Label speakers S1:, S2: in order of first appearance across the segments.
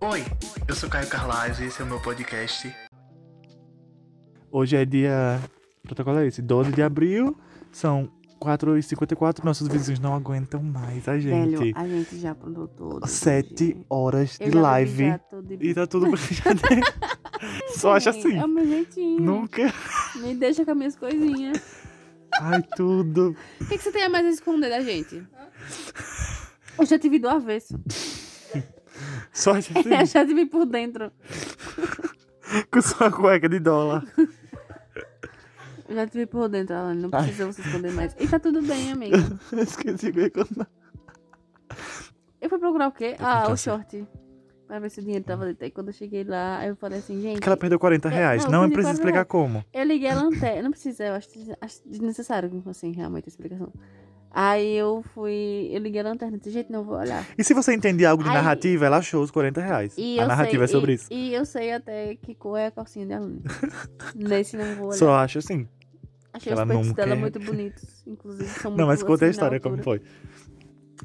S1: Oi, eu sou Caio Carlaz e esse é o meu podcast.
S2: Hoje é dia. Protocolo é esse, 12 de abril. São 4h54. Nossos vizinhos não aguentam mais a gente.
S3: Velho, a gente já aprontou tudo.
S2: Sete
S3: gente.
S2: horas de
S3: Eu já
S2: live.
S3: bebi já tudo e-
S2: E tá tudo brincadeira. Só acha assim.
S3: É o meu jeitinho.
S2: Nunca.
S3: Me deixa com as minhas coisinhas.
S2: Ai, tudo.
S3: O que, que você tem a mais a esconder da gente? Eu já te vi do avesso.
S2: Só acha
S3: Eu
S2: assim.
S3: já te vi por dentro.
S2: Com sua cueca de dólar.
S3: Eu já te vi por dentro, Alan. Não
S2: Ai.
S3: precisa você esconder mais. E tá tudo bem, amiga.
S2: Esqueci que eu ia contar.
S3: Eu fui procurar o quê?
S2: Tô com
S3: Ah, o
S2: câncer.
S3: short. Pra ver se o dinheiro tava ali. Aí quando eu cheguei lá, aí eu falei assim, gente.
S2: Que ela perdeu 40
S3: É,
S2: reais.
S3: não,
S2: Não,
S3: eu perdi
S2: precisa
S3: 40
S2: explicar
S3: reais.
S2: como.
S3: Eu liguei a lanterna. Não precisa, eu acho, acho desnecessário, assim, realmente, a explicação. Aí eu fui. Eu liguei a lanterna. De jeito não vou olhar.
S2: E se você entender algo de
S3: Ai.
S2: narrativa, ela achou os 40 reais.
S3: E
S2: a
S3: eu
S2: narrativa é
S3: sei,
S2: sobre
S3: e-
S2: isso.
S3: E eu sei até que cor é a calcinha dela. Nesse não vou olhar.
S2: Só acho assim.
S3: Achei os
S2: ela
S3: peitos
S2: nunca
S3: dela
S2: é.
S3: muito bonitos. Inclusive, são muito
S2: Não, mas conta a
S3: assim, na
S2: história como
S3: altura.
S2: foi.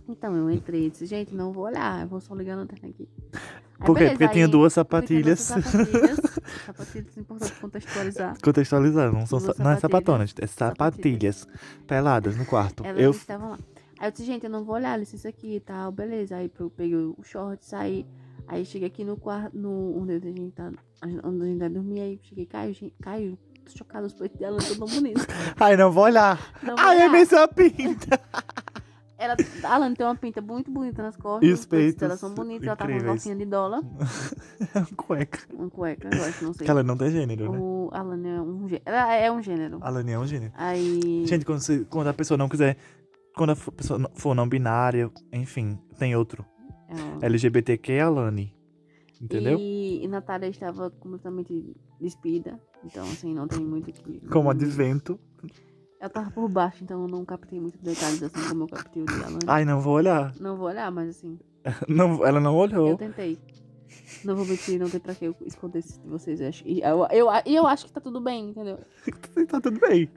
S3: Então, eu entrei e disse, gente, não vou olhar. Eu vou só ligar a lanterna aqui. Aí,
S2: Por quê?
S3: beleza,
S2: Porque tinha
S3: aí-
S2: duas
S3: Porque
S2: sapatilhas.
S3: nossas Sapatilhas. sapatilhas, é importante contextualizar.
S2: Contextualizando, não, são
S3: Duas
S2: sa- não é
S3: sapatilhas.
S2: sapatonas, é sapatilhas peladas no quarto.
S3: Elas
S2: eu
S3: estavam lá. Aí eu disse, gente, eu não vou olhar, licença aqui e tal, beleza. Aí eu peguei o short, saí. Aí cheguei aqui no quarto, no, onde a gente tá, onde a gente vai dormir, aí cheguei, caiu, gente, caiu. Tô chocada, os peitos dela tão bonitos.
S2: Ai, não vou olhar.
S3: Não vou
S2: Ai, é
S3: olhar.
S2: minha sua pinta.
S3: Ela, a Alan tem uma pinta muito bonita nas costas.
S2: E os peitos
S3: dela são bonitos. Ela tá com uma
S2: incríveis.
S3: calcinha de dólar.
S2: Então, Cueca.
S3: Uma cueca, eu acho, não sei.
S2: Que ela não tem gênero, né?
S3: O Alan é um gênero. Ela é um gênero.
S2: A Lani é um gênero.
S3: Aí.
S2: Gente, quando, você- quando a pessoa não quiser. Quando a f- pessoa não- for não binária, enfim, tem outro.
S3: é um-
S2: LGBTQ é a Lani. Entendeu?
S3: E, e Natália estava completamente despida. Então, assim, não tem muito o que.
S2: Como advento.
S3: Ela tava por baixo, então eu não captei muitos detalhes assim como eu captei o de Alan.
S2: Ai, não vou olhar.
S3: Não vou olhar, mas assim,
S2: Não, ela não
S3: eu
S2: olhou.
S3: tentei. Não vou mentir, não tem pra que eu esconder isso de vocês. Eu acho, e eu, eu, e eu acho que tá tudo bem, entendeu?
S2: Tá tudo bem.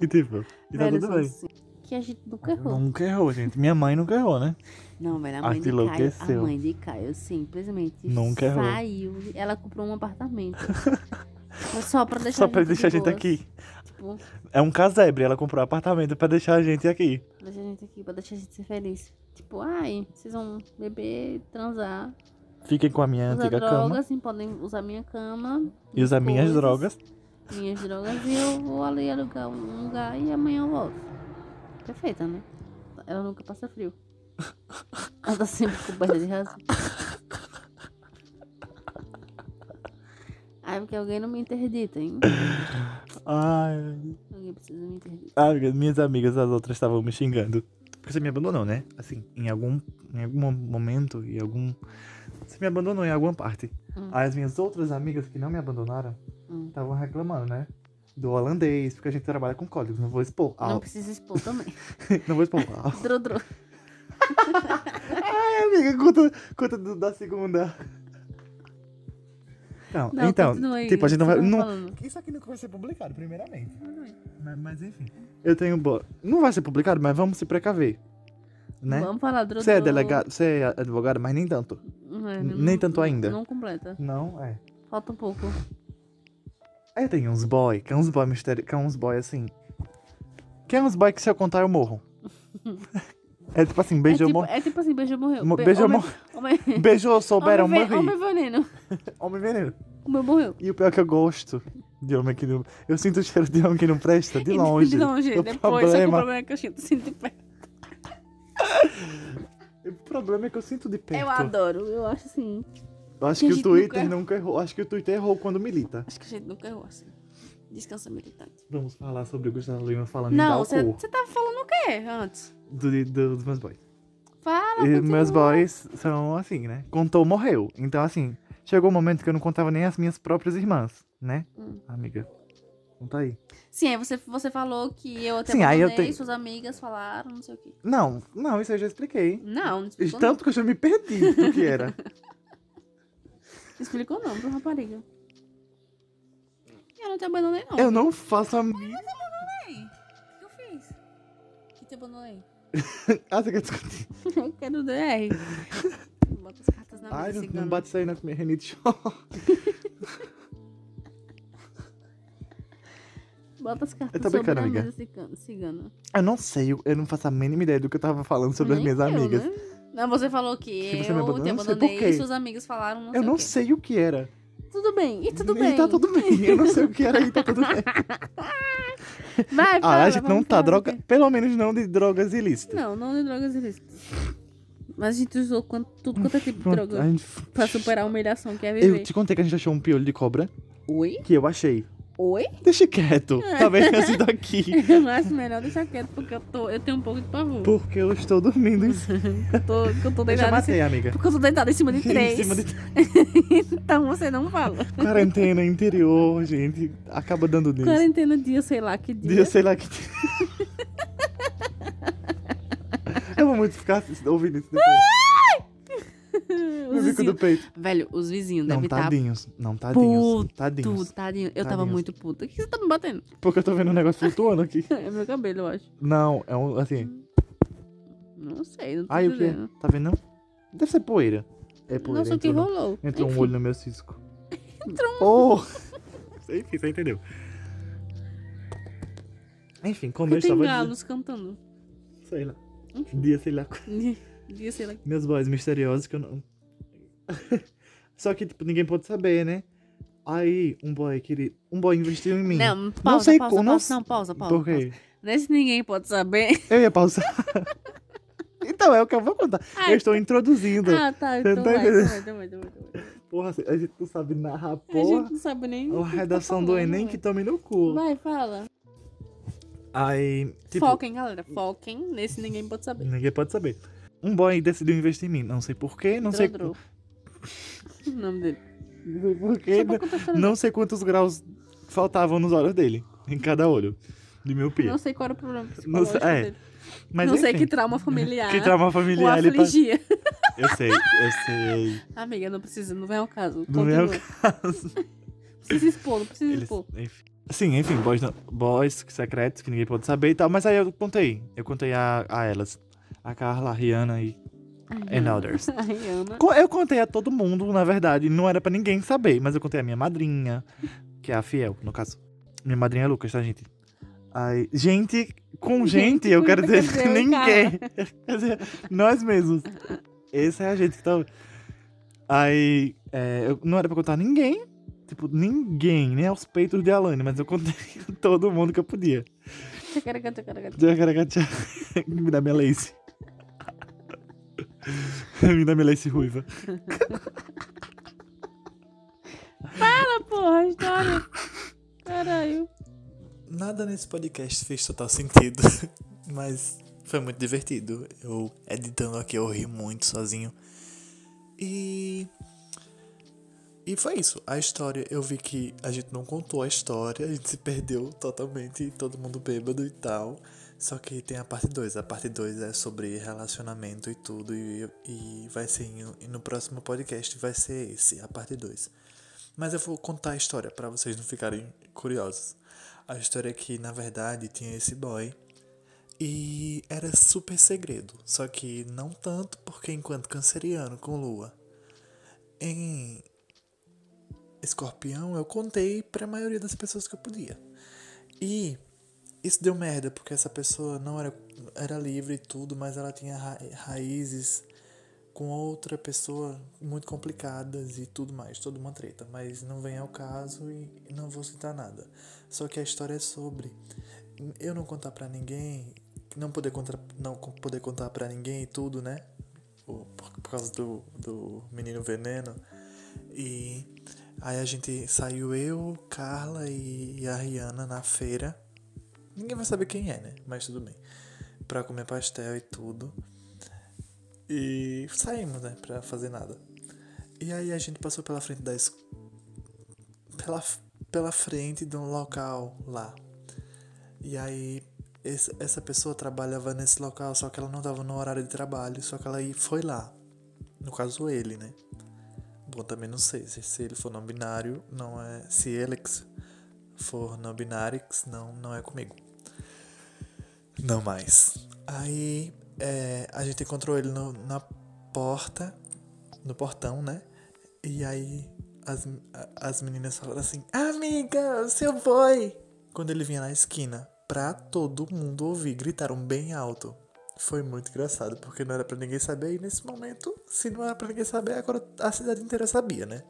S2: E tipo, e tá
S3: Velho,
S2: tudo
S3: são
S2: bem.
S3: assim, Que a gente nunca errou.
S2: Nunca errou, gente. Minha mãe nunca errou, né?
S3: Não, velho, a
S2: Ah,
S3: mãe
S2: te
S3: de Caio,
S2: enlouqueceu.
S3: a mãe de Caio simplesmente
S2: Nunca errou.
S3: saiu. Ela comprou um apartamento. Mas só pra deixar
S2: Só pra
S3: de
S2: deixar a gente
S3: boas.
S2: aqui.
S3: Tipo,
S2: É um casebre, ela comprou um apartamento pra deixar a gente aqui.
S3: deixa a gente aqui, pra deixar a gente ser feliz. Tipo, ai, vocês vão beber, transar,
S2: Fiquem com a minha
S3: usar
S2: antiga
S3: drogas,
S2: cama
S3: assim, podem usar minha cama,
S2: e usar minhas
S3: coisas.
S2: drogas.
S3: minhas drogas, e eu vou ali alugar um lugar e amanhã eu volto. Perfeita, né? Ela nunca passa frio. Ela tá sempre coberta de razão. Ai, porque alguém não me interdita, hein?
S2: Ai,
S3: Alguém precisa me interditar.
S2: amiga- minhas amigas, as outras estavam me xingando. Porque você me abandonou, né? Assim, em algum, em algum momento, em algum. Você me abandonou em alguma parte.
S3: Hum.
S2: Aí as minhas outras amigas que não me abandonaram
S3: Hum.
S2: estavam reclamando, né? Do holandês, porque a gente trabalha com códigos. Não vou expor.
S3: Não
S2: Não,
S3: precisa expor também.
S2: não vou expor. Ah,
S3: Dro, dro.
S2: É, amiga, conta, conta do- da segunda. Não,
S3: Não,
S2: então,
S3: continua aí,
S2: tipo, a gente não vai.
S3: continua
S2: Não,
S3: falando.
S2: Isso aqui nunca vai ser publicado, primeiramente.
S3: bem.
S2: Mas, mas, enfim. Eu tenho boa. Não vai ser publicado, mas vamos se precaver. Né?
S3: Vamos falar, dro,
S2: Você é
S3: dro.
S2: delegado, você é advogado, mas nem tanto.
S3: É,
S2: Nem
S3: não-
S2: tanto ainda.
S3: Não completa.
S2: Não, é.
S3: Falta um pouco.
S2: Aí tem uns boy, que é uns boy mistério, que é uns boy assim. Que é uns boy que se eu contar eu morro. é tipo assim, beijou,
S3: é, tipo,
S2: mor-
S3: é tipo assim, beijo morreu.
S2: mo-
S3: Be-
S2: beijou,
S3: homem-
S2: mor-
S3: homem-
S2: beijou, souberam,
S3: homem,
S2: morri.
S3: ve- homem veneno.
S2: Homem veneno.
S3: Homem morreu.
S2: E o pior é que eu gosto de homem que não. Eu sinto o cheiro de homem que não presta, de longe.
S3: De longe. né?
S2: O
S3: Depois, só que o
S2: problema,
S3: problema é que eu sinto sinto de perto.
S2: o problema é que eu sinto de perto.
S3: Eu adoro. Eu acho assim.
S2: Eu acho
S3: Que a
S2: que o
S3: gente
S2: Twitter
S3: nunca-
S2: nunca errou. Acho que o Twitter errou quando milita.
S3: Acho que a gente nunca errou assim. Descansa militante.
S2: Vamos falar sobre o Gustavo Lima falando em dar
S3: Não,
S2: o
S3: você
S2: cu
S3: tava falando o quê antes?
S2: do, do- dos meus boys.
S3: Fala.
S2: E
S3: Ah, continua.
S2: meus boys são assim, né? Contou, morreu. Então, assim, chegou um momento que eu não contava nem as minhas próprias irmãs, né?
S3: Hum.
S2: Amiga, conta aí.
S3: Sim, aí você, você falou que eu até
S2: Sim, aí eu
S3: abandonei,
S2: tenho-
S3: suas amigas falaram, não sei o quê.
S2: Não, não, isso eu já expliquei.
S3: Não, não
S2: E
S3: explicou não.
S2: Tanto que eu já me perdi do que era.
S3: Explicou não pro rapariga. Eu não te abandonei, não.
S2: eu não faço a mínima
S3: O que eu fiz? Que te abandonei?
S2: Ah, você quer discutir?
S3: Eu quero DR. Bota as cartas na
S2: Ai,
S3: mesa,
S2: não, não
S3: cigano.
S2: bate isso aí na minha renite.
S3: Bota as cartas
S2: tô
S3: sobre
S2: brincando,
S3: a
S2: amiga.
S3: mesa, cigano. cigano.
S2: Eu não sei, eu eu não faço a mínima ideia do que eu tava falando sobre as
S3: Nem
S2: minhas
S3: eu,
S2: amigas.
S3: né? Não, você falou que,
S2: Que você
S3: eu
S2: me
S3: te
S2: abandonou, não sei por
S3: abandonei
S2: quê.
S3: e seus amigos falaram não
S2: eu
S3: sei o
S2: não
S3: quê.
S2: sei o que era.
S3: Tudo bem, e tudo
S2: E
S3: bem.
S2: Tá tudo bem. Eu não sei o que era e tá tudo bem.
S3: Vai, fala,
S2: Ah, a gente não
S3: vamos
S2: tá
S3: falar do
S2: droga.
S3: quê?
S2: Pelo menos não de drogas ilícitas.
S3: Não, não de drogas ilícitas. Mas a gente usou quanto- tudo quanto é tipo de
S2: Pronto, a
S3: droga
S2: gente...
S3: pra superar a humilhação que é
S2: Eu
S3: viver.
S2: te contei que a gente achou um piolho de cobra
S3: Oi?
S2: que eu achei.
S3: Oi?
S2: Deixa quieto.
S3: É.
S2: Talvez tenha sido aqui.
S3: Eu acho melhor deixar quieto, porque eu, tô, eu tenho um pouco de pavor.
S2: Porque eu estou dormindo em cima.
S3: Eu tô, que eu tô
S2: Eu já
S3: deitada em cima,
S2: matei, amiga.
S3: porque eu tô deitada em cima de
S2: Em
S3: três.
S2: cima de
S3: Então você não fala.
S2: quarentena interior, gente. Acaba dando nisso.
S3: Quarentena dia, sei lá que dia.
S2: Dia, sei lá que. eu vou muito ficar tá ouvindo isso
S3: Ah,
S2: depois. No
S3: Os
S2: bico do
S3: vizinhos-
S2: peito.
S3: Velho, os vizinhos
S2: Não, tá
S3: devem estar
S2: tadinhos. Não, tadinhos. Tadinhos.
S3: tá puto, tadinho. Eu tava
S2: Tadinhos.
S3: muito puta. O que você tá me batendo?
S2: Porque eu tô vendo um negócio flutuando aqui.
S3: É meu cabelo, eu acho.
S2: Não, é um.
S3: Hum,
S2: Assim.
S3: Não sei, não tô
S2: Ai, o que?
S3: dizendo.
S2: Tá vendo? não? Deve ser poeira. É poeira.
S3: Nossa, o que
S2: entrou no-
S3: rolou?
S2: entrou um
S3: Enfim.
S2: olho no meu cisco. Entrou um. Oh! Enfim, você entendeu. Enfim, como eu
S3: Porque tem
S2: estava dizendo.
S3: galos cantando.
S2: Sei lá.
S3: Enfim.
S2: Dia, sei lá.
S3: Dia, sei lá.
S2: Meus boys misteriosos que eu não. Só que, tipo, ninguém pode saber, né? Aí, um boy querido. Um boy investiu em mim.
S3: Não, pausa,
S2: sei
S3: pausa,
S2: como- não
S3: pausa.
S2: sei-
S3: Não, pausa, pausa.
S2: Por quê?
S3: Nesse ninguém pode saber.
S2: Eu ia pausar. então, é o que eu vou contar.
S3: Ai,
S2: eu estou introduzindo.
S3: Ah, tá.
S2: Você
S3: Então
S2: tá
S3: vai,
S2: entendendo?
S3: então vai, então vai, então vai, então vai.
S2: Porra, a gente não sabe narrar,
S3: A
S2: porra.
S3: gente não sabe nem. o
S2: A
S3: que tá
S2: redação do
S3: falando,
S2: Enem
S3: vai.
S2: que tome no cu.
S3: Vai, fala.
S2: Aí, tipo,
S3: Foquem, galera. Foquem. Nesse ninguém pode saber.
S2: ninguém pode saber. Um boy decidiu investir em mim. Não sei porquê, não sei.
S3: Drodro. O nome dele. Tá
S2: Não sei porquê.
S3: Só pra
S2: Não,
S3: contextualizar.
S2: não sei quantos graus faltavam nos olhos dele. Em cada olho. De miopia.
S3: Não sei qual era o problema psicológico
S2: sei- é,
S3: dele.
S2: Mas
S3: não sei
S2: enfim,
S3: que trauma familiar.
S2: que trauma
S3: o
S2: familiar ele passou.
S3: afligia.
S2: Eu sei, eu sei.
S3: Amiga, não precisa, não vem ao caso.
S2: Não vem ao caso.
S3: Precisa expor, não precisa
S2: Eles,
S3: expor.
S2: enfim. Sim, enfim, boys, não- boys secretos que ninguém pode saber e tal. Mas aí eu contei. Eu contei a, a elas. A Carla, a Rihanna e. And others.
S3: Ai, Ana.
S2: Co- Eu contei a todo mundo, na verdade. Não era pra ninguém saber, mas eu contei a minha madrinha, que é a Fiel, no caso. Minha madrinha é Lucas, tá, gente? Aí, gente, com gente,
S3: Gente
S2: eu
S3: com-
S2: quero dizer,
S3: quer dizer, o
S2: ninguém. Quer dizer, nós mesmos. Essa é a gente que tá. Aí, é, eu- não era pra contar ninguém. Tipo, ninguém, nem aos peitos de Alane, mas eu contei a todo mundo que eu podia.
S3: Tchacaracá, tchacaracá.
S2: Tchacaracatchá. Me dá minha lace. Me dá minha lace ruiva.
S3: Ah, porra, a história. Caralho.
S4: Nada nesse podcast fez total sentido, mas foi muito divertido. Eu editando aqui, eu ri muito sozinho. E. E foi isso. A história, eu vi que a gente não contou a história, a gente se perdeu totalmente, todo mundo bêbado e tal. Só que tem a parte 2. A parte 2 é sobre relacionamento e tudo, e, e vai ser. em- E no próximo podcast vai ser esse, a parte 2. Mas eu vou contar a história pra vocês não ficarem curiosos. A história é que, na verdade, tinha esse boy e era super segredo, só que não tanto porque enquanto canceriano com lua em escorpião eu contei pra maioria das pessoas que eu podia. E isso deu merda porque essa pessoa não era era livre e tudo, mas ela tinha ra- raízes com outra pessoa muito complicadas e tudo mais, toda uma treta, mas não vem ao caso e não vou citar nada. Só que a história é sobre eu não contar pra ninguém, não poder contar, não co- poder contar para ninguém e tudo, né? O- Por, por causa do, do menino veneno. E aí a gente saiu eu, Carla e, e a Rihanna na feira. Ninguém vai saber quem é, né? Mas tudo bem. Pra comer pastel e tudo. E saímos, né? Pra fazer nada. E aí a gente passou pela frente da es- pela, pela frente de um local lá. E aí esse- essa pessoa trabalhava nesse local, só que ela não tava no horário de trabalho, só que ela aí foi lá. No caso ele, né? Bom, também não sei se, se ele for não binário, não é. Se Elex for não binário, não, não é comigo. Não mais. Aí
S2: é, a gente encontrou ele no- na porta, no portão, né? E aí as, a- as meninas falaram assim: Amiga, seu boy! Quando ele vinha na esquina, pra todo mundo ouvir, gritaram bem alto. Foi muito engraçado, porque não era pra ninguém saber, e nesse momento, se não era pra ninguém saber, agora a cidade inteira sabia, né?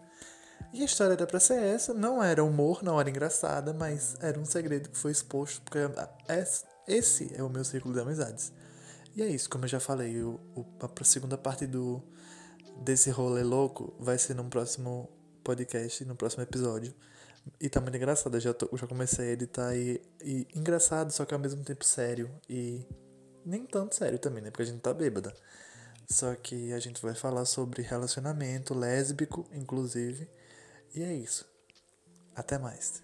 S2: E a história era pra ser essa, não era humor, não era engraçada, mas era um segredo que foi exposto, porque a- es- esse é o meu círculo de amizades. E é isso, como eu já falei, o, o- a pra segunda parte do desse rolê louco vai ser num próximo podcast, no próximo episódio. E tá muito engraçado, eu já, tô- eu já comecei a editar e, e engraçado, só que ao mesmo tempo sério. E nem tanto sério também, né? Porque a gente tá bêbada. Só que a gente vai falar sobre relacionamento lésbico, inclusive. E é isso. Até mais.